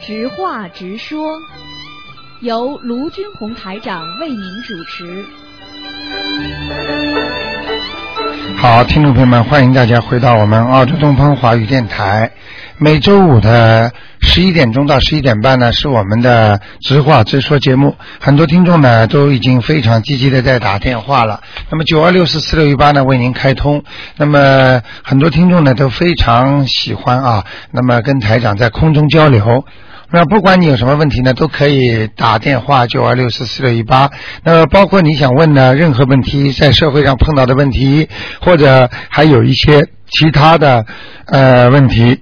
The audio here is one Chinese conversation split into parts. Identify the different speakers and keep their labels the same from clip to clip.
Speaker 1: 直话直说，由卢军红台长为您主持。
Speaker 2: 好，听众朋友们，欢迎大家回到我们澳洲东方华语电台。每周五的十一点钟到十一点半呢，是我们的直话直说节目。很多听众呢都已经非常积极的在打电话了。那么九二六四四六一八呢为您开通。那么很多听众呢都非常喜欢啊，那么跟台长在空中交流。那不管你有什么问题呢，都可以打电话九二六四四六一八。那么包括你想问的任何问题，在社会上碰到的问题，或者还有一些其他的呃问题，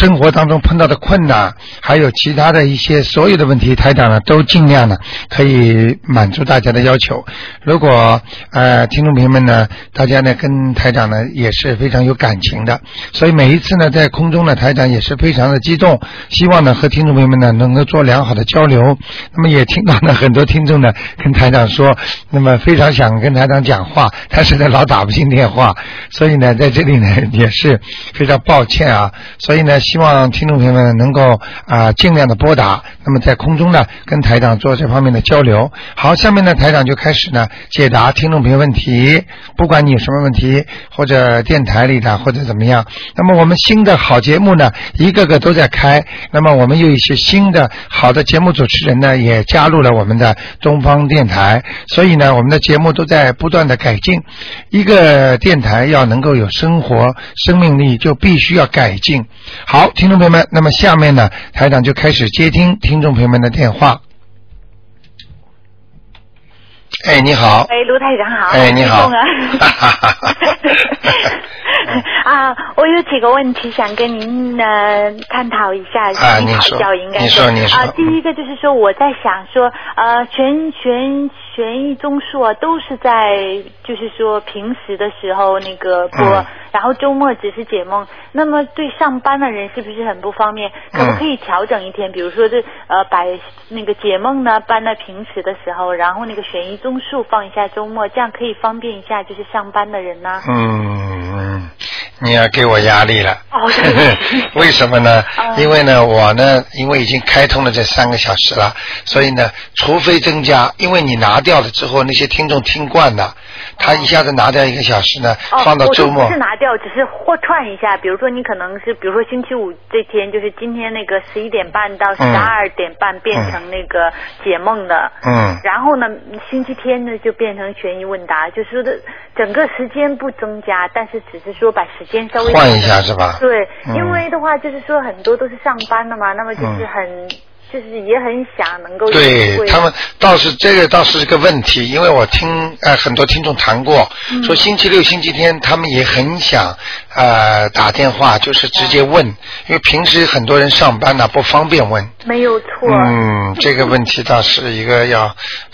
Speaker 2: 生活当中碰到的困难，还有其他的一些所有的问题，台长呢都尽量呢可以满足大家的要求。如果呃听众朋友们呢，大家呢跟台长呢也是非常有感情的，所以每一次呢在空中呢台长也是非常的激动，希望呢和听众朋友们呢能够做良好的交流。那么也听到呢很多听众呢跟台长说，那么非常想跟台长讲话，但是呢老打不进电话，所以呢在这里呢 也是非常抱歉啊。所以呢希望听众朋友们能够啊、尽量的拨打，那么在空中呢跟台长做这方面的交流。好，下面呢台长就开始呢解答听众朋友问题，不管你有什么问题，或者电台里的或者怎么样。那么我们新的好节目呢，一个个都在开。那么我们有一些新的好的节目主持人呢，也加入了我们的东方电台，所以呢，我们的节目都在不断的改进。一个电台要能够有生活生命力，就必须要改进。好，听众朋友们，那么下面呢，台长就开始接听听众朋友们的电话。哎，你好，
Speaker 3: 喂，卢台长好。
Speaker 2: 哎，你好
Speaker 3: 激动啊！ 啊，我有几个问题想跟您呃探讨一下，
Speaker 2: 啊
Speaker 3: 请
Speaker 2: 你
Speaker 3: 讨
Speaker 2: 说
Speaker 3: 教应该
Speaker 2: 你说你说
Speaker 3: 啊，第一个就是说我在想说，呃，悬悬悬疑综述啊，都是在就是说平时的时候那个播，
Speaker 2: 嗯
Speaker 3: 然后周末只是解梦，那么对上班的人是不是很不方便？
Speaker 2: 嗯
Speaker 3: 可不可以调整一天，比如说这呃把那个解梦呢搬到平时的时候，然后那个悬疑综述放一下周末，这样可以方便一下就是上班的人呢、
Speaker 2: 嗯，你要给我压力了。
Speaker 3: 哦对不起
Speaker 2: 为什么呢？
Speaker 3: 嗯
Speaker 2: 因为呢，我呢，因为已经开通了这三个小时了，所以呢，除非增加，因为你拿掉了之后，那些听众听惯了，他一下子拿掉一个小时呢，
Speaker 3: 哦，
Speaker 2: 嗯放到周
Speaker 3: 我
Speaker 2: 末
Speaker 3: 就不是，拿掉，只是或串一下。比如说，你可能是，比如说星期五这天，就是今天那个十一点半到十二点半变成那个解梦的，
Speaker 2: 嗯，
Speaker 3: 然后呢，星期天呢就变成悬疑问答，就是说的整个时间不增加，但是只是说把时间稍微
Speaker 2: 换一下是吧？
Speaker 3: 对，
Speaker 2: 嗯
Speaker 3: 因为的话就是说很多都是上班的嘛，那么就是
Speaker 2: 嗯
Speaker 3: 很、就是也很想能够有机
Speaker 2: 对
Speaker 3: 会
Speaker 2: 他们倒是这个倒是个问题，因为我听呃很多听众谈过，
Speaker 3: 嗯
Speaker 2: 说星期六、星期天他们也很想呃打电话，就是直接问，因为平时很多人上班呢、不方便问。
Speaker 3: 没有错。
Speaker 2: 嗯，这个问题倒是一个要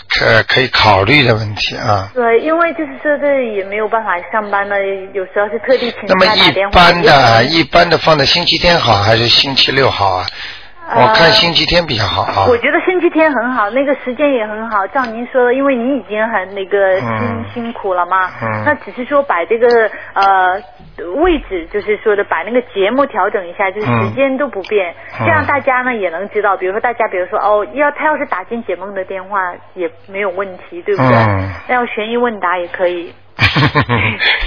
Speaker 2: 可可以考虑的问题啊。
Speaker 3: 对，因为就是说这也没有办法上班了，有时候是特地请
Speaker 2: 那么
Speaker 3: 假打
Speaker 2: 一
Speaker 3: 电话。
Speaker 2: 般的、一般的放在星期天好还是星期六好啊？我看星期天比较好啊。
Speaker 3: 呃我觉得星期天很好，那个时间也很好。照您说的，因为您已经很那个辛、
Speaker 2: 嗯
Speaker 3: 辛苦了嘛，
Speaker 2: 嗯
Speaker 3: 那只是说把这个呃位置，就是说的把那个节目调整一下，就是
Speaker 2: 嗯
Speaker 3: 时间都不变，
Speaker 2: 嗯
Speaker 3: 这样大家呢也能知道。比如说大家，比如说哦，要他要是打进解梦的电话也没有问题，对不对？
Speaker 2: 嗯
Speaker 3: 那要悬疑问答也可以。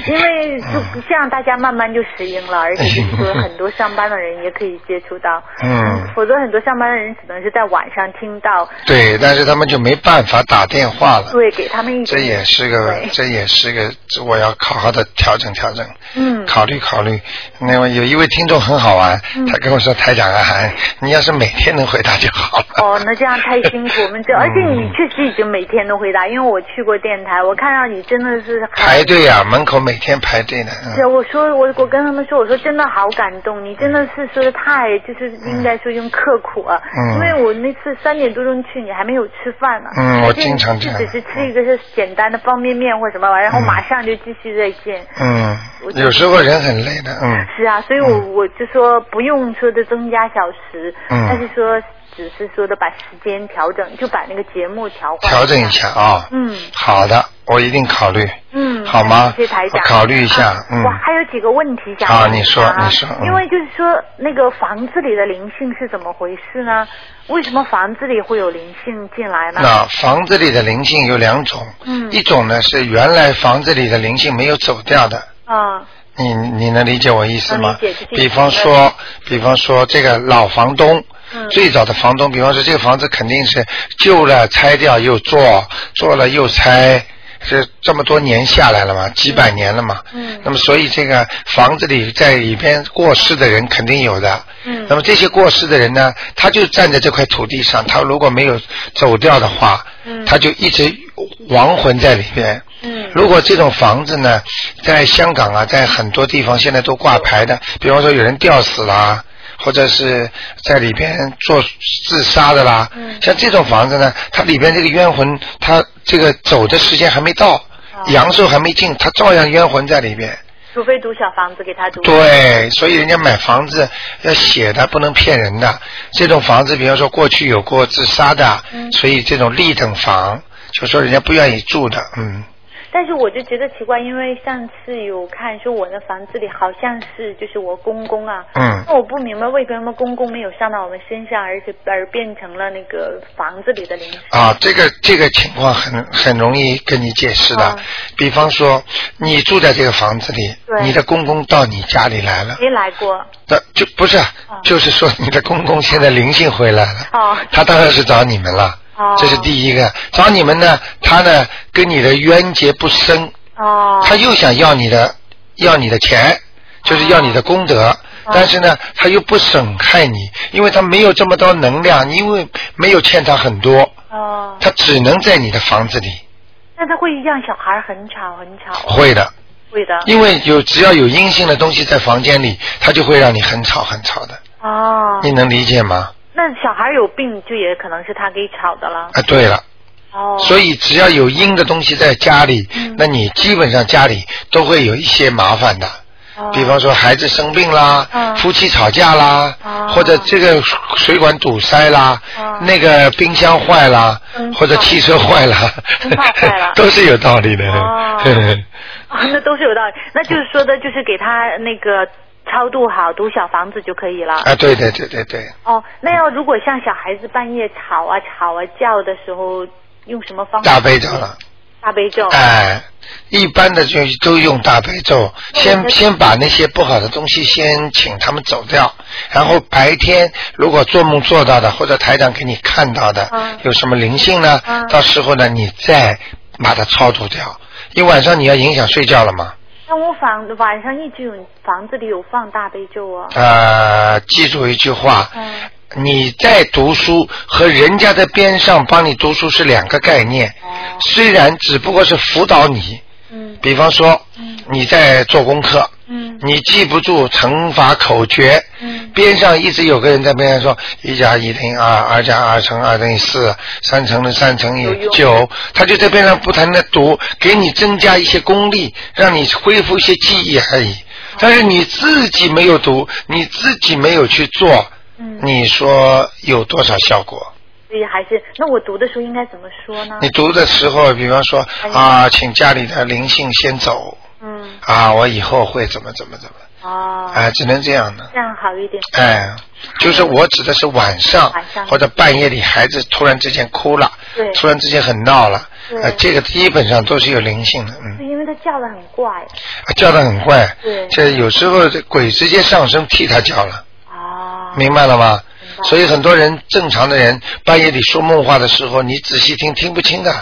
Speaker 3: 因为就这样，大家慢慢就适应 了，而且就是说很多上班的人也可以接触到，
Speaker 2: 嗯
Speaker 3: 否则很多上班的人只能是在晚上听到，
Speaker 2: 对，但是他们就没办法打电话了。
Speaker 3: 对，给他们一
Speaker 2: 这也是个
Speaker 3: 嗯对，
Speaker 2: 这也是个，这我要好好的调整调整，
Speaker 3: 嗯
Speaker 2: 考虑考虑。那么有一位听众很好玩，他跟我说：“台长啊，韩你要是每天能回答就好 了。”
Speaker 3: 哦，那这样太辛苦，我们这
Speaker 2: 嗯
Speaker 3: 而且你确实已经每天都回答，因为我去过电台，我看到你真的是
Speaker 2: 排队啊，门口每天排队呢。嗯
Speaker 3: 是，我说我我跟他们说，我说真的好感动，你真的是说的太就是应该说用刻苦啊，
Speaker 2: 嗯
Speaker 3: 因为我那次三点多钟去，你还没有吃饭呢、
Speaker 2: 嗯我
Speaker 3: 而且
Speaker 2: 经常这样
Speaker 3: 就只是吃一个是简单的方便面或什么玩意儿，然后马上就继续再见。
Speaker 2: 嗯
Speaker 3: 我，就
Speaker 2: 有时候人很累的，嗯
Speaker 3: 是啊，所以我我就说不用说的增加小时，
Speaker 2: 嗯
Speaker 3: 但是说只是说的把时间调整，就把那个节目调换
Speaker 2: 调整一。下啊。
Speaker 3: 嗯
Speaker 2: 好的，我一定考虑。
Speaker 3: 嗯，
Speaker 2: 好吗
Speaker 3: 谢谢台长，
Speaker 2: 我考虑一下
Speaker 3: 啊
Speaker 2: 嗯
Speaker 3: 我还有几个问题想
Speaker 2: 好
Speaker 3: 问
Speaker 2: 你说
Speaker 3: 啊
Speaker 2: 你说嗯
Speaker 3: 因为就是说那个房子里的灵性是怎么回事呢？为什么房子里会有灵性进来呢？
Speaker 2: 那房子里的灵性有两种，
Speaker 3: 嗯
Speaker 2: 一种呢是原来房子里的灵性没有走掉的，
Speaker 3: 啊，
Speaker 2: 你你能理解我意思吗
Speaker 3: 能理解？就是
Speaker 2: 比方说，比方说这个老房东。
Speaker 3: 嗯
Speaker 2: 最早的房东，比方说这个房子肯定是旧了拆掉又做，做了又拆，这这么多年下来了嘛，几百年了嘛。
Speaker 3: 嗯
Speaker 2: 那么所以这个房子里在里边过世的人肯定有的。
Speaker 3: 嗯
Speaker 2: 那么这些过世的人呢，他就站在这块土地上，他如果没有走掉的话，
Speaker 3: 嗯
Speaker 2: 他就一直亡魂在里边。
Speaker 3: 嗯
Speaker 2: 如果这种房子呢，在香港啊，在很多地方现在都挂牌的，比方说有人吊死啦，或者是在里边做自杀的啦，
Speaker 3: 嗯
Speaker 2: 像这种房子呢，它里边这个冤魂，它这个走的时间还没到，
Speaker 3: 哦
Speaker 2: 阳寿还没尽，它照样冤魂在里边。
Speaker 3: 啊除非读小房子给他读。
Speaker 2: 对，所以人家买房子要写的，不能骗人的。这种房子，比方说过去有过自杀的，
Speaker 3: 嗯
Speaker 2: 所以这种立等房，就说人家不愿意住的，嗯。
Speaker 3: 但是我就觉得奇怪，因为上次有看说我那房子里好像是就是我公公啊，
Speaker 2: 嗯
Speaker 3: 那我不明白为什么公公没有上到我们身上，而且而变成了那个房子里的灵性。
Speaker 2: 啊，这个这个情况很很容易跟你解释的。
Speaker 3: 啊
Speaker 2: 比方说，你住在这个房子里，
Speaker 3: 对
Speaker 2: 你的公公到你家里来了，
Speaker 3: 没来过，
Speaker 2: 那就不是，
Speaker 3: 嗯
Speaker 2: 就是说你的公公现在灵性回来了，
Speaker 3: 哦
Speaker 2: 他当然是找你们了，
Speaker 3: 哦
Speaker 2: 嗯这是第一个。找你们呢，他呢跟你的冤结不深，
Speaker 3: 哦，
Speaker 2: 他又想要你的要你的钱，
Speaker 3: 哦
Speaker 2: 就是要你的功德，但是呢，他又不损害你，因为他没有这么多能量，你因为没有欠他很多。
Speaker 3: 哦，
Speaker 2: 他只能在你的房子里，
Speaker 3: 那他会让小孩很吵很吵，
Speaker 2: 会的，
Speaker 3: 会的，
Speaker 2: 因为有只要有阴性的东西在房间里，它就会让你很吵很吵的，
Speaker 3: 哦，
Speaker 2: 你能理解吗？
Speaker 3: 那小孩有病就也可能是他给吵的了，
Speaker 2: 啊，对了，
Speaker 3: 哦，
Speaker 2: 所以只要有阴的东西在家里
Speaker 3: 嗯，
Speaker 2: 那你基本上家里都会有一些麻烦的。
Speaker 3: 哦
Speaker 2: 比方说孩子生病啦，
Speaker 3: 嗯
Speaker 2: 夫妻吵架啦，
Speaker 3: 哦
Speaker 2: 或者这个水管堵塞啦，
Speaker 3: 哦
Speaker 2: 那个冰箱坏啦，
Speaker 3: 嗯
Speaker 2: 或者汽车坏啦，
Speaker 3: 灯泡坏了
Speaker 2: 都是有道理的。
Speaker 3: 哦啊，那都是有道理，那就是说的，就是给他那个超度好，读小房子就可以了。
Speaker 2: 啊，对对对对对，
Speaker 3: 哦，那要如果像小孩子半夜吵啊吵啊叫的时候，用什么方法？
Speaker 2: 大悲咒了。
Speaker 3: 大悲咒。
Speaker 2: 哎，一般的就都用大悲咒，
Speaker 3: 对
Speaker 2: 先
Speaker 3: 对
Speaker 2: 先把那些不好的东西先请他们走掉，然后白天如果做梦做到的，或者台长给你看到的
Speaker 3: 嗯，
Speaker 2: 有什么灵性呢
Speaker 3: 嗯？
Speaker 2: 到时候呢，你再把它超度掉。因为晚上你要影响睡觉了嘛，
Speaker 3: 那我房晚上一直有房子里有放大悲咒啊。
Speaker 2: 呃，记住一句话，
Speaker 3: 嗯。
Speaker 2: 你在读书和人家在边上帮你读书是两个概念，
Speaker 3: 哦。
Speaker 2: 虽然只不过是辅导你，
Speaker 3: 嗯
Speaker 2: 比方说
Speaker 3: 嗯
Speaker 2: 你在做功课，
Speaker 3: 嗯
Speaker 2: 你记不住乘法口诀，
Speaker 3: 嗯
Speaker 2: 边上一直有个人在边上说一加一等于二，二加二乘二等于四，三乘的三乘
Speaker 3: 有
Speaker 2: 以
Speaker 3: 用
Speaker 2: 九，他就在边上不停的读，给你增加一些功力，让你恢复一些记忆而已。但是你自己没有读，你自己没有去做，
Speaker 3: 嗯。
Speaker 2: 你说有多少效果？
Speaker 3: 所以还是，那我读的时候应该怎么说呢
Speaker 2: 你？读的时候，比方说
Speaker 3: 哎呀
Speaker 2: 啊，请家里的灵性先走
Speaker 3: 嗯。
Speaker 2: 啊，我以后会怎么怎么怎么，
Speaker 3: 哦。
Speaker 2: 啊，只能这样的。
Speaker 3: 这样好一点。
Speaker 2: 哎，就是我指的是晚上
Speaker 3: 晚上
Speaker 2: 或者半夜里，孩子突然之间哭了，
Speaker 3: 对
Speaker 2: 突然之间很闹了，
Speaker 3: 对
Speaker 2: 呃，这个基本上都是有灵性的，嗯
Speaker 3: 就，因为他叫的很怪。
Speaker 2: 啊叫的很怪，
Speaker 3: 对
Speaker 2: 这有时候这鬼直接上身替他叫了，
Speaker 3: 哦。
Speaker 2: 明白了吗
Speaker 3: 明？白
Speaker 2: 所以很多人正常的人半夜里说梦话的时候，你仔细听听不清的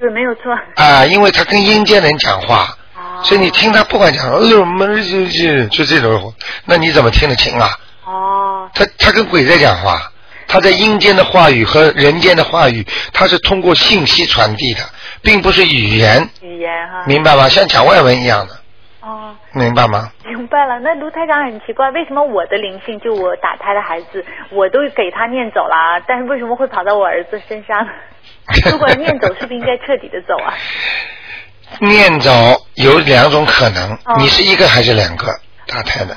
Speaker 3: 是没有错。
Speaker 2: 啊，因为他跟阴间人讲话，
Speaker 3: 哦。
Speaker 2: 所以你。听他不管讲，哎呦，们就就就这种，那你怎么听得清啊？
Speaker 3: 哦。
Speaker 2: 他他跟鬼在讲话，他在阴间的话语和人间的话语，他是通过信息传递的，并不是语言，
Speaker 3: 语言哈。
Speaker 2: 明白吗？像讲外文一样的，
Speaker 3: 哦。
Speaker 2: 明白吗？
Speaker 3: 明白了，那卢台长很奇怪，为什么我的灵性就我打胎的孩子，我都给他念走了啊，但是为什么会跑到我儿子身 上呢？如果念走，是不是应该彻底的走啊？
Speaker 2: 念走有两种可能，
Speaker 3: 哦
Speaker 2: 你是一个还是两个打胎的？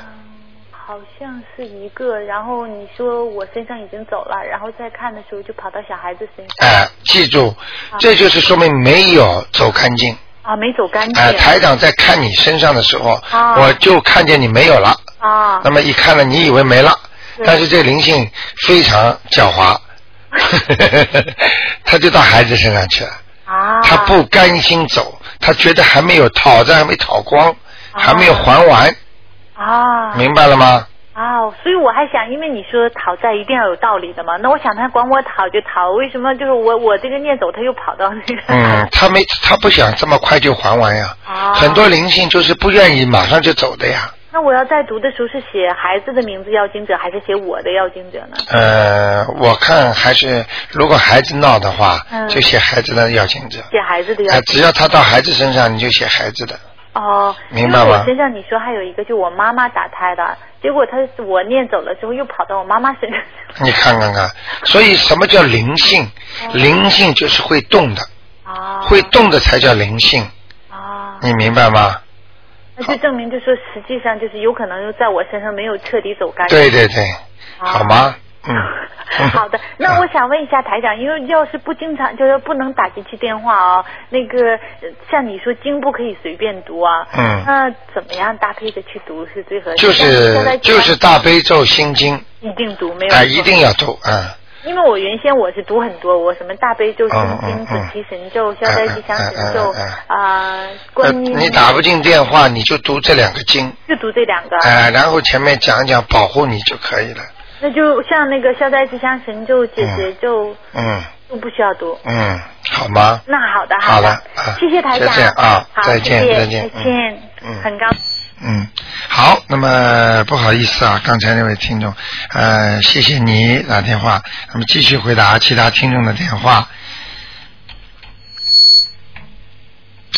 Speaker 3: 好像像是一个，然后你说我身上已经走了，然后再看的时候就跑到小孩子身上。
Speaker 2: 哎、记住，这就是说明没有走干净。
Speaker 3: 啊，没走干净。
Speaker 2: 哎、台长在看你身上的时候，
Speaker 3: 啊
Speaker 2: 我就看见你没有了。
Speaker 3: 啊
Speaker 2: 那么一看了，你以为没了，
Speaker 3: 对
Speaker 2: 但是这灵性非常狡 猾，他就到孩子身上去了。
Speaker 3: 啊！
Speaker 2: 他不甘心走，他觉得还没有讨债，还没讨光，还没有还完，
Speaker 3: 啊
Speaker 2: 明白了吗？
Speaker 3: 啊！所以我还想，因为你说讨债一定要有道理的嘛，那我想他管我讨就讨，为什么就是我我这个念走他又跑到那个？
Speaker 2: 嗯，他没，他不想这么快就还完呀。
Speaker 3: 啊，
Speaker 2: 很多灵性就是不愿意马上就走的呀。
Speaker 3: 那我要在读的时候是写孩子的名字要经者，还是写我的要经者呢？
Speaker 2: 呃，我看还是如果孩子闹的话，
Speaker 3: 嗯
Speaker 2: 就写孩子的要紧者。
Speaker 3: 写孩子的要
Speaker 2: 哎，只要他到孩子身上，你就写孩子的。
Speaker 3: 哦，
Speaker 2: 明白吗
Speaker 3: 因为我身上你说还有一个，就我妈妈打胎的，结果她我念走了之后又跑到我妈妈身上。
Speaker 2: 你看看看，所以什么叫灵性？灵性就是会动的，
Speaker 3: 啊，
Speaker 2: 会嗯动的才叫灵性，
Speaker 3: 啊，
Speaker 2: 你明白吗？
Speaker 3: 那就证明就说实际上就是有可能又在我身上没有彻底走干净。
Speaker 2: 对对对，
Speaker 3: 啊。
Speaker 2: 好吗？嗯
Speaker 3: 好的，那我想问一下台长，因为要是不经常就是不能打进去电话啊、那个呃像你说经不可以随便读啊，
Speaker 2: 嗯
Speaker 3: 那怎么样搭配着去读是最合适？
Speaker 2: 就
Speaker 3: 现在
Speaker 2: 是就是大悲咒心经
Speaker 3: 一定读没有
Speaker 2: 啊、
Speaker 3: 错
Speaker 2: 一定要读啊。
Speaker 3: 因为我原先我是读很多，我什么大悲咒、心
Speaker 2: 嗯嗯
Speaker 3: 经、准
Speaker 2: 嗯
Speaker 3: 提神咒、消灾吉祥神咒
Speaker 2: 嗯嗯嗯
Speaker 3: 啊、
Speaker 2: 呃
Speaker 3: 观音，
Speaker 2: 你打不进电话，你就读这两个经，
Speaker 3: 就读这两个。
Speaker 2: 哎、然后前面讲一讲保护你就可以了。
Speaker 3: 那就像那个消灾吉祥神咒、解结咒
Speaker 2: 嗯
Speaker 3: 都不需要读。
Speaker 2: 嗯，好吗？
Speaker 3: 那好的，
Speaker 2: 好
Speaker 3: 的，
Speaker 2: 了啊
Speaker 3: 谢谢台
Speaker 2: 就
Speaker 3: 长
Speaker 2: 这样啊
Speaker 3: 好，
Speaker 2: 再见
Speaker 3: 谢谢
Speaker 2: 再见
Speaker 3: 再见，
Speaker 2: 嗯嗯
Speaker 3: 很高。
Speaker 2: 嗯，好，那么不好意思啊，刚才那位听众，呃，谢谢你打电话，那么继续回答其他听众的电话。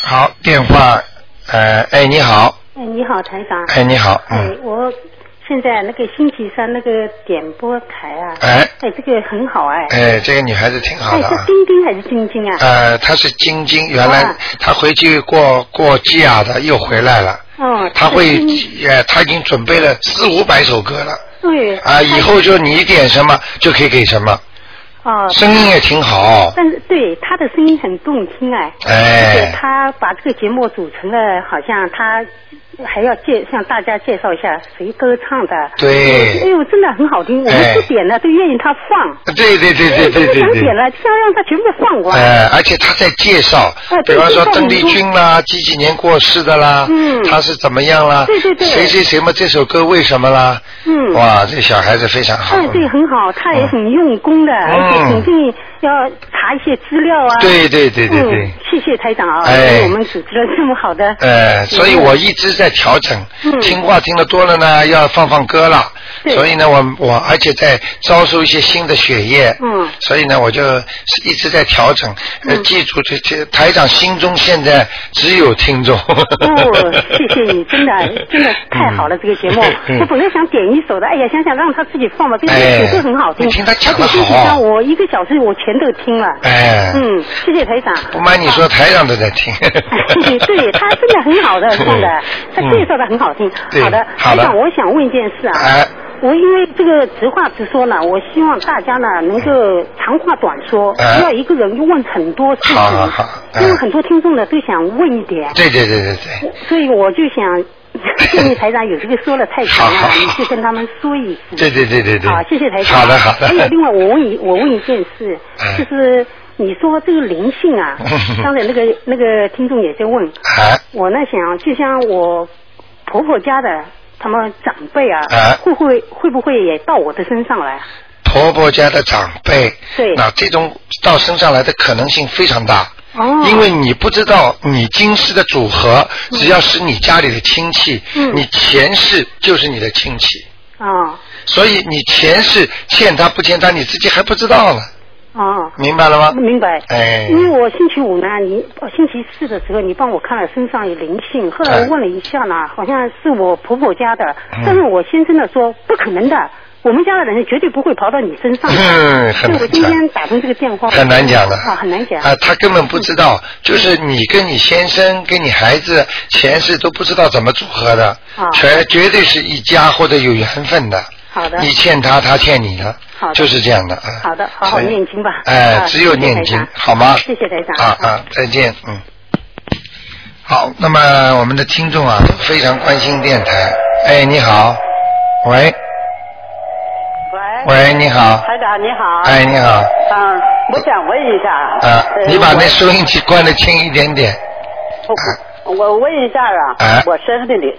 Speaker 2: 好，电话，呃，哎，你好，
Speaker 4: 哎，你好，台长。
Speaker 2: 哎，你好，
Speaker 4: 哎
Speaker 2: 嗯，，
Speaker 4: 我现在那个星期三那个点播台啊，
Speaker 2: 哎，
Speaker 4: 哎，这个很好哎。
Speaker 2: 哎，这个女孩子挺好
Speaker 4: 哎，
Speaker 2: 的啊
Speaker 4: 是，钉钉还是晶晶啊？
Speaker 2: 呃，她是晶晶，原来
Speaker 4: 啊
Speaker 2: 她回去过过季亚的，又回来了，
Speaker 4: 哦，
Speaker 2: 她
Speaker 4: 是
Speaker 2: 啊会
Speaker 4: 钉钉，
Speaker 2: 呃，她已经准备了四五百首歌了，
Speaker 4: 对
Speaker 2: 啊，以后就你点什么就可以给什么。
Speaker 4: 哦，
Speaker 2: 声音也挺好，
Speaker 4: 但是对他的声音很动听哎，而且
Speaker 2: 哎，
Speaker 4: 他把这个节目组成了，好像他还要介向大家介绍一下谁歌唱的。哎
Speaker 2: 对，
Speaker 4: 呦，真的很好听，我
Speaker 2: 哎
Speaker 4: 们不点了都愿意他放。
Speaker 2: 对对对对对
Speaker 4: 哎真
Speaker 2: 对
Speaker 4: 的想点
Speaker 2: 对。
Speaker 4: 了，就要让他全部放完。
Speaker 2: 哎，而且他在介绍
Speaker 4: 哎，
Speaker 2: 比
Speaker 4: 对
Speaker 2: 方说
Speaker 4: 介绍
Speaker 2: 邓
Speaker 4: 很
Speaker 2: 丽
Speaker 4: 多
Speaker 2: 君啦，几几年过世的啦，
Speaker 4: 嗯
Speaker 2: 他是怎么样啦，
Speaker 4: 对对对
Speaker 2: 谁谁谁嘛，这首歌为什么啦？
Speaker 4: 嗯
Speaker 2: 哇，这小孩子非常好。
Speaker 4: 哎，对，很
Speaker 2: 啊
Speaker 4: 好，他也很用功的，而且肯定要查一些资料啊。
Speaker 2: 对对对对对
Speaker 4: 嗯，谢谢台长啊，
Speaker 2: 哎
Speaker 4: 为我们组织了这么好的。
Speaker 2: 呃，所以我一直在调整，
Speaker 4: 嗯
Speaker 2: 听话听得多了呢，要放放歌了。
Speaker 4: 对
Speaker 2: 所以呢，我我而且在招收一些新的血液。
Speaker 4: 嗯
Speaker 2: 所以呢，我就一直在调整。呃，
Speaker 4: 嗯
Speaker 2: 记住这这台长心中现在只有听众。
Speaker 4: 哦，谢谢你，真 的真的太好了，
Speaker 2: 嗯
Speaker 4: 这个节目。
Speaker 2: 嗯
Speaker 4: 我本来想点一首的，哎呀，想想让他自己放吧，这个
Speaker 2: 哎
Speaker 4: 也是很好听。
Speaker 2: 你听他讲得
Speaker 4: 而且这
Speaker 2: 好
Speaker 4: 几张我一个小时我全都听了。
Speaker 2: 哎，
Speaker 4: 嗯，谢谢台长。。
Speaker 2: 不瞒你说，台长都在听
Speaker 4: 对他真的很 好的唱的
Speaker 2: 嗯，
Speaker 4: 他介绍的很好听。
Speaker 2: 对
Speaker 4: 好的，
Speaker 2: 好
Speaker 4: 台
Speaker 2: 的
Speaker 4: 长，我想问一件事啊。
Speaker 2: 哎，
Speaker 4: 我因为这个直话直说呢，我希望大家呢能够长话短说，
Speaker 2: 哎
Speaker 4: 不要一个人问很多事情。
Speaker 2: 好好好哎
Speaker 4: 因为很多听众呢都想问一点，
Speaker 2: 对对对对对。
Speaker 4: 所以我就想 建议台长有这个说了太长
Speaker 2: 好好
Speaker 4: 了，
Speaker 2: 好
Speaker 4: 你就跟他们说一声。
Speaker 2: 对对对对对。
Speaker 4: 好，谢谢台长。
Speaker 2: 好的好的。
Speaker 4: 还有另外，我问一我问一件事
Speaker 2: 哎，，
Speaker 4: 就是你说这个灵性啊 刚才那个那个听众也在问，
Speaker 2: 哎
Speaker 4: 我呢想，就像我婆婆家的他们长辈啊，
Speaker 2: 哎
Speaker 4: 会不会会不会也到我的身上来？
Speaker 2: 婆婆家的长辈，
Speaker 4: 对
Speaker 2: 那这种到身上来的可能性非常大。
Speaker 4: 哦，
Speaker 2: 因为你不知道你今世的组合，只要是你家里的亲戚，
Speaker 4: 嗯
Speaker 2: 你前世就是你的亲戚，
Speaker 4: 哦
Speaker 2: 所以你前世欠他不欠他，你自己还不知道呢，
Speaker 4: 哦，
Speaker 2: 明白了吗？
Speaker 4: 明白。
Speaker 2: 啊哎
Speaker 4: 因为我星期五呢，你哦星期四的时候，你帮我看了身上有灵性，后来
Speaker 2: 哎
Speaker 4: 问了一下呢，好像是我婆婆家的
Speaker 2: 嗯，
Speaker 4: 但是我先生呢说不可能的，我们家的人绝对不会跑到你身上。
Speaker 2: 嗯很
Speaker 4: 所以我今天打通这个电话，
Speaker 2: 很难讲的
Speaker 4: 啊，很难讲。嗯
Speaker 2: 啊，他根本不知道，就是你跟你先生、跟你孩子前世都不知道怎么组合的，
Speaker 4: 啊
Speaker 2: 全绝对是一家或者有缘分的。
Speaker 4: 好的，
Speaker 2: 你欠他，他欠你的
Speaker 4: 好，的
Speaker 2: 就是这样的啊。
Speaker 4: 好的，好好
Speaker 2: 所以
Speaker 4: 念经吧。
Speaker 2: 哎
Speaker 4: 啊，
Speaker 2: 只有
Speaker 4: 谢谢
Speaker 2: 念
Speaker 4: 台
Speaker 2: 经
Speaker 4: 长，
Speaker 2: 好吗？
Speaker 4: 谢谢台长。
Speaker 2: 啊啊，再见，嗯。好，那么我们的听众啊，都非常关心电台。哎，你好，喂，
Speaker 5: 喂，
Speaker 2: 喂，你好，
Speaker 5: 台长你好。
Speaker 2: 哎，你好，
Speaker 5: 嗯，我想问一下。
Speaker 2: 啊，
Speaker 4: 嗯
Speaker 5: 呃
Speaker 2: 你把那
Speaker 5: 我
Speaker 2: 收音机关的轻一点点。
Speaker 5: 我我问一下啊，
Speaker 2: 哎
Speaker 5: 我身上的灵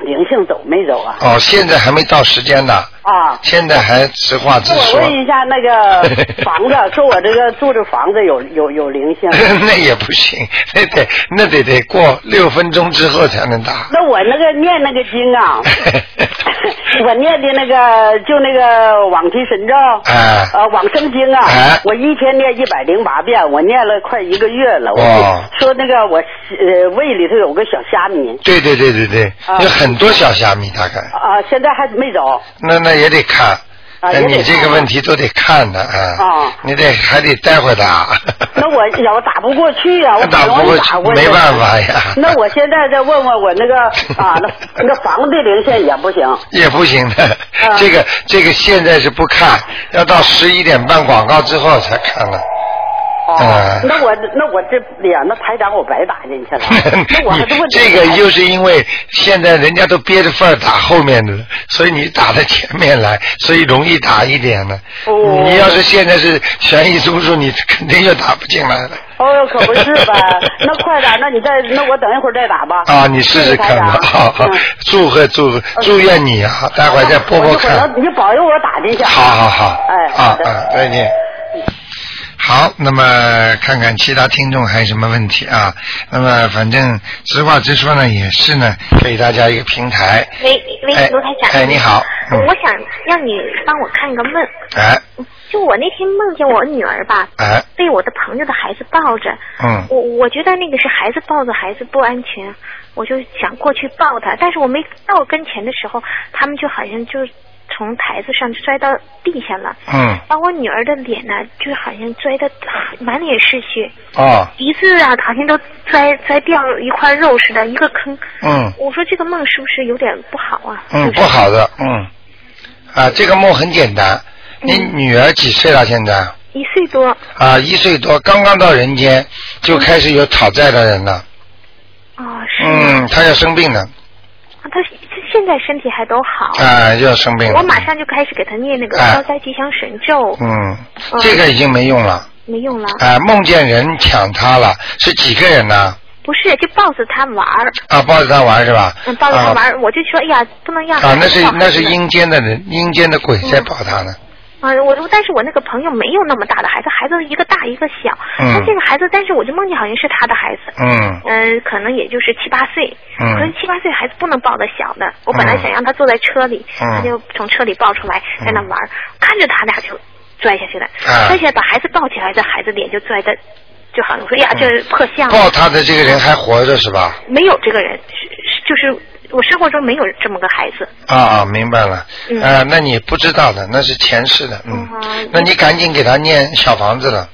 Speaker 5: 灵性走没走啊？
Speaker 2: 哦，现在还没到时间呢，
Speaker 5: 啊。
Speaker 2: 现在还直话直
Speaker 5: 我
Speaker 2: 说。，
Speaker 5: 问一下那个房子，说我这个住的房子有有有灵性 啊
Speaker 2: 那也不行，那得那得得过六分钟之后才能 打。
Speaker 5: 那我那个念那个经 啊，我念的那个就那个往提神咒，
Speaker 2: 哎，
Speaker 5: 呃，往生经啊，
Speaker 2: 哎
Speaker 5: 我一天念一百零八遍，我念了快一个月了。我
Speaker 2: 哇
Speaker 5: 说那个我呃胃里头有个小虾米
Speaker 2: 对对对对对，
Speaker 5: 啊
Speaker 2: 有很多小虾米大概。
Speaker 5: 啊，现在还没走。
Speaker 2: 那那也得看。
Speaker 5: 啊
Speaker 2: 那
Speaker 5: 也得
Speaker 2: 你这个
Speaker 5: 看啊
Speaker 2: 问题都得看的啊，
Speaker 5: 哦
Speaker 2: 你得还得待会儿打。
Speaker 5: 那 我要我打不过去啊呀、我
Speaker 2: 打不
Speaker 5: 很容
Speaker 2: 过
Speaker 5: 易打过嗯
Speaker 2: 去，
Speaker 5: 去
Speaker 2: 没办法呀。
Speaker 5: 那我现在再问问我 那个啊，那那房子的灵性也不行。
Speaker 2: 也不行的，
Speaker 5: 啊
Speaker 2: 这个这个现在是不看，要到十一点半广告之后才看了。
Speaker 5: 哦，
Speaker 2: 嗯。
Speaker 5: 那我那我这呀，那排长我白打进去了 那我还
Speaker 2: 你
Speaker 5: 是问
Speaker 2: 这个又是因为现在人家都憋着份儿打后面的了，所以你打到前面来，所以容易打一点呢。
Speaker 5: 哦
Speaker 2: 你要是现在是悬疑叔叔，你肯定就打不进来了。
Speaker 5: 哦，可不是吧？那快点，那你再那我等一会儿再打吧。
Speaker 2: 啊，你试试看吧
Speaker 5: 谢，谢台
Speaker 2: 好
Speaker 5: 长
Speaker 2: 好
Speaker 5: 嗯，
Speaker 2: 祝贺祝贺，祝愿你啊，待会儿再播播
Speaker 5: 我
Speaker 2: 看
Speaker 5: 就。你保佑我打进去。
Speaker 2: 好好好，
Speaker 5: 嗯哎，
Speaker 2: 啊
Speaker 5: 好的。
Speaker 2: 啊，再见。好，那么看看其他听众还有什么问题啊？那么反正直话直说呢，也是呢，给大家一个平台。
Speaker 6: 喂喂
Speaker 2: 哎，
Speaker 6: 卢台长。
Speaker 2: 哎，你好。嗯
Speaker 6: 我想让你帮我看个梦，
Speaker 2: 哎
Speaker 6: 就我那天梦见我女儿吧，
Speaker 2: 哎，
Speaker 6: 被我的朋友的孩子抱着，
Speaker 2: 嗯，
Speaker 6: 我我觉得那个是孩子抱着孩子不安全，我就想过去抱他，但是我没到跟前的时候，他们就好像就从台子上摔到地下了，
Speaker 2: 嗯，
Speaker 6: 把我女儿的脸呢，就好像摔得满脸是血，
Speaker 2: 哦，
Speaker 6: 鼻子啊好像都摔摔掉一块肉似的，一个坑。
Speaker 2: 嗯
Speaker 6: 我说这个梦是不是有点不好啊？
Speaker 2: 嗯，
Speaker 6: 就是
Speaker 2: 不好的，嗯，啊，这个梦很简单。
Speaker 6: 嗯
Speaker 2: 你女儿几岁了？现在？
Speaker 6: 一岁多，
Speaker 2: 啊，一岁多，刚刚到人间，就开始有讨债的人了。
Speaker 6: 哦，是吗，
Speaker 2: 嗯，她要生病了，
Speaker 6: 他现在身体还都好，
Speaker 2: 啊，要生病了。
Speaker 6: 哦我马上就开始给他念那个
Speaker 2: 哎
Speaker 6: 消灾吉祥神咒，
Speaker 2: 嗯，这个已经没用了。
Speaker 6: 没用了，
Speaker 2: 啊、梦见人抢他了，是几个人呢？
Speaker 6: 不是就抱着他玩儿，
Speaker 2: 啊，抱着他玩是吧？
Speaker 6: 嗯，抱着他玩儿，我就说，哎呀，不能让
Speaker 2: 啊啊。啊，那是
Speaker 6: 抱孩子
Speaker 2: 那是阴间的人，阴间的鬼
Speaker 6: 嗯
Speaker 2: 在抱他呢。
Speaker 6: 啊，我就但是我那个朋友没有那么大的孩子，孩子一个大一个小，
Speaker 2: 嗯
Speaker 6: 他这个孩子，但是我就梦见好像是他的孩子，
Speaker 2: 嗯
Speaker 6: 嗯，可能也就是七八岁，
Speaker 2: 嗯
Speaker 6: 可是七八岁孩子不能抱得小的。我本来想让他坐在车里，
Speaker 2: 嗯
Speaker 6: 他就从车里抱出来，在那玩儿，看着他俩就拽下去了，
Speaker 2: 啊
Speaker 6: 拽起来把孩子抱起来，这孩子脸就拽的，就好像说哎呀，这破相
Speaker 2: 嗯抱他的这个人还活着是吧？
Speaker 6: 没有这个人，是是就是我生活中没有这么个孩子。
Speaker 2: 啊啊，明白了。
Speaker 6: 嗯
Speaker 2: 啊，那你不知道的，那是前世的。嗯。
Speaker 6: 嗯
Speaker 2: 那你赶紧给他念小房子了。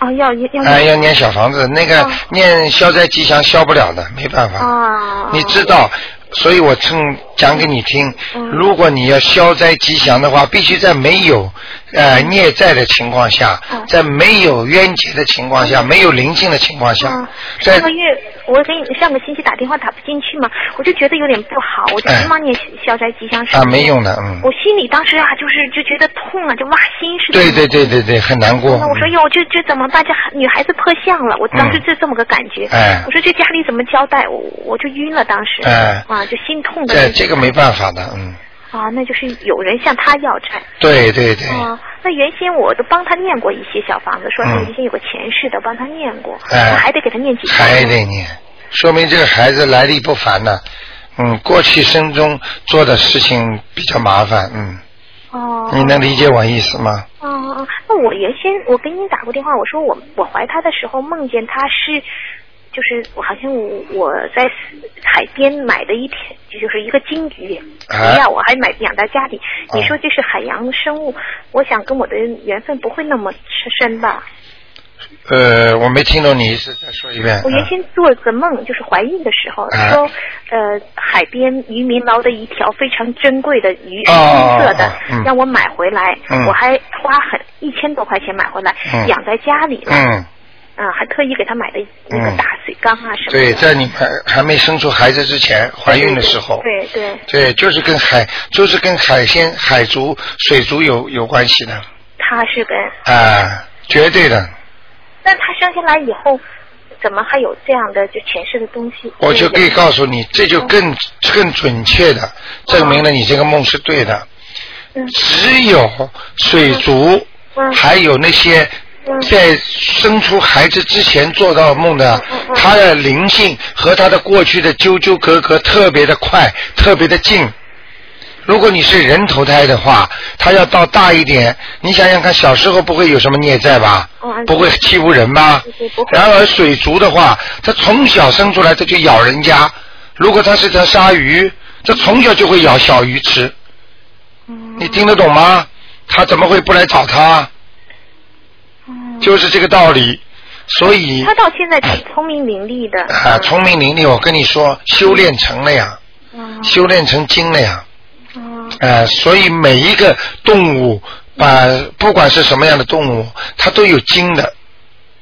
Speaker 6: 哦，要要
Speaker 2: 哎、要念小房子，那个
Speaker 6: 哦
Speaker 2: 念消灾吉祥消不了的，没办法。
Speaker 6: 啊，
Speaker 2: 你知道，所以我趁讲给你听，
Speaker 6: 嗯
Speaker 2: 如果你要消灾吉祥的话，必须在没有呃孽债的情况下，
Speaker 6: 嗯
Speaker 2: 在没有冤结的情况下，没有灵性的情况下
Speaker 6: 嗯，
Speaker 2: 在
Speaker 6: 上个月我给你上个星期打电话打不进去嘛，我就觉得有点不好，我就
Speaker 2: 哎
Speaker 6: 急忙念消灾吉祥神
Speaker 2: 啊
Speaker 6: 咒
Speaker 2: 没用的，嗯，
Speaker 6: 我心里当时啊，就是就觉得痛啊，就挖心似的。
Speaker 2: 对对。对对对，很难过。
Speaker 6: 那我说
Speaker 2: 嗯
Speaker 6: 哟，这这怎么办？这孩女孩子破相了，我当时
Speaker 2: 嗯
Speaker 6: 就这么个感觉。
Speaker 2: 哎
Speaker 6: 我说这家里怎么交代？我我就晕了，当时。
Speaker 2: 哎
Speaker 6: 啊，就心痛的那
Speaker 2: 这
Speaker 6: 种。
Speaker 2: 这个没办法的，嗯，
Speaker 6: 啊，那就是有人向他要债。
Speaker 2: 对对对，
Speaker 6: 啊，那原先我都帮他念过一些小房子，说
Speaker 2: 哎嗯
Speaker 6: 他以前有个前世的，帮他念过，
Speaker 2: 哎
Speaker 6: 那还得给他念几张。
Speaker 2: 还得念，说明这个孩子来历不凡呢。嗯，过去生中做的事情比较麻烦，嗯，
Speaker 6: 哦。
Speaker 2: 你能理解我意思吗？
Speaker 6: 哦哦，那我原先我给你打过电话，我说我我怀他的时候梦见他是，就是我好像我我在海边买的一条，就是一个金鱼，
Speaker 2: 哎
Speaker 6: 不要，我还买养在家里。你
Speaker 2: 哦
Speaker 6: 说这是海洋生物，我想跟我的缘分不会那么深
Speaker 2: 啊
Speaker 6: 吧？
Speaker 2: 呃，我没听懂你意思，再说一遍。
Speaker 6: 我原
Speaker 2: 啊
Speaker 6: 先做了个梦，就是怀孕的时候，
Speaker 2: 哎
Speaker 6: 说呃海边渔民捞的一条非常珍贵的鱼，
Speaker 2: 哦
Speaker 6: 是金色的
Speaker 2: 哦哦嗯，
Speaker 6: 让我买回来
Speaker 2: 嗯，
Speaker 6: 我还花很一千多块钱买回来
Speaker 2: 嗯，
Speaker 6: 养在家里了，
Speaker 2: 嗯，
Speaker 6: 嗯，还特意给他买的那
Speaker 2: 嗯
Speaker 6: 个大水缸啊什么的。
Speaker 2: 对，在你还还没生出孩子之前，怀孕的时候，
Speaker 6: 对对，
Speaker 2: 对，就是跟海，就是跟海鲜、海族、水族有有关系的
Speaker 6: 他是跟，
Speaker 2: 啊，绝对的。
Speaker 6: 那他生下来以后，怎么还有这样的就前世的东西？
Speaker 2: 我就可以
Speaker 6: 诉
Speaker 2: 告诉你，这就更更准确的证明了你这个梦是对的。
Speaker 6: 嗯
Speaker 2: 只有水族，
Speaker 6: 嗯
Speaker 2: 还有那些
Speaker 6: 嗯
Speaker 2: 在生出孩子之前做到梦的
Speaker 6: 嗯嗯，嗯
Speaker 2: 他的灵性和他的过去的纠纠葛葛特别的快，特别的近。如果你是人投胎的话，他要到大一点，你想想看，小时候不会有什么孽债吧？
Speaker 6: 嗯
Speaker 2: 不会欺负人吧
Speaker 6: 对对不？会
Speaker 2: 然而水族的话，它从小生出来它就咬人家，如果它是条鲨鱼，它从小就会咬小鱼吃。
Speaker 6: 嗯
Speaker 2: 你听得懂吗？它怎么会不来找它？就是这个道理。所以
Speaker 6: 嗯他到现在挺聪明伶俐的。
Speaker 2: 啊，
Speaker 6: 嗯
Speaker 2: 聪明伶俐，我跟你说，修炼成了呀，
Speaker 6: 嗯
Speaker 2: 修炼成精了呀。
Speaker 6: 嗯
Speaker 2: 呃，所以每一个动物，把不管是什么样的动物，它都有精的，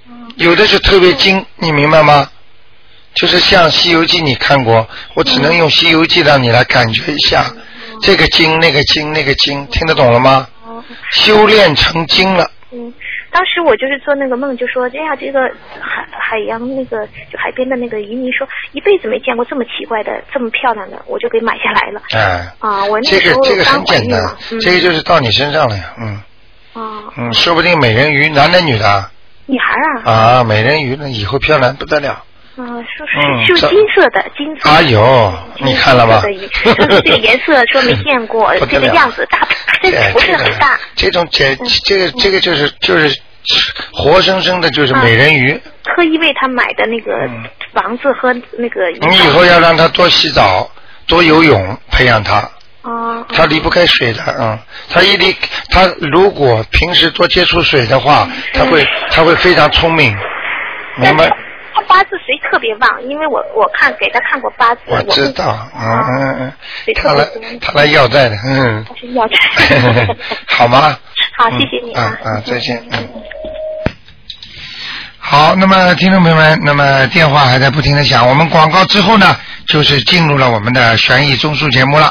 Speaker 6: 嗯
Speaker 2: 有的是特别精，你明白吗？就是像《西游记》，你看过，我只能
Speaker 6: 嗯
Speaker 2: 用《西游记》让你来感觉一下，这个精，那个精，那个精，听得懂了吗？修炼成精了，
Speaker 6: 嗯，当时我就是做那个梦，就说哎呀，这个海海洋那个就海边的那个渔民说，一辈子没见过这么奇怪的、这么漂亮的，我就给买下来了。
Speaker 2: 哎、
Speaker 6: 啊，我那
Speaker 2: 这
Speaker 6: 时
Speaker 2: 个
Speaker 6: 候
Speaker 2: 这个很
Speaker 6: 刚怀
Speaker 2: 简
Speaker 6: 孕
Speaker 2: 单
Speaker 6: 嘛，，嗯
Speaker 2: 这个就是到你身上了呀，嗯
Speaker 6: 啊，
Speaker 2: 嗯，说不定美人鱼，男的女的啊
Speaker 6: 女孩儿啊，
Speaker 2: 啊，美人鱼呢以后漂亮不得了。
Speaker 6: 啊，是
Speaker 2: 嗯
Speaker 6: 是是
Speaker 2: 这
Speaker 6: 金色的，金色的。
Speaker 2: 哎呦，你看了吧
Speaker 6: 金色的鱼说？这个颜色说没见过
Speaker 2: 不，得
Speaker 6: 这
Speaker 2: 了
Speaker 6: 个样子大，身
Speaker 2: 哎
Speaker 6: 体不是
Speaker 2: 这个
Speaker 6: 很大。嗯
Speaker 2: 这种这这个这个就是就是活生生的，
Speaker 6: 啊
Speaker 2: 就是美人鱼。
Speaker 6: 特意为他买的那个
Speaker 2: 嗯
Speaker 6: 房子和那个一
Speaker 2: 你以后要让它多洗澡，多游泳，培养它。
Speaker 6: 啊，
Speaker 2: 它离不开水的，嗯，它一离它如果平时多接触水的
Speaker 6: 嗯
Speaker 2: 话，它会它会非常聪明，明
Speaker 6: 但
Speaker 2: 白
Speaker 6: 是？他八字谁特别旺，因为我我看给他看过八字，
Speaker 2: 我知
Speaker 6: 会
Speaker 2: 道，嗯嗯嗯
Speaker 6: 水，
Speaker 2: 他
Speaker 6: 特
Speaker 2: 来
Speaker 6: 别多，
Speaker 2: 他来要债的，嗯，。
Speaker 6: 他是要债
Speaker 2: 好吗？
Speaker 6: 好，谢谢你
Speaker 2: 啊
Speaker 6: 啊。
Speaker 2: 啊，再见。嗯。好，那么听众朋友们，那么电话还在不停的响，我们广告之后呢，就是进入了我们的悬疑综述节目了。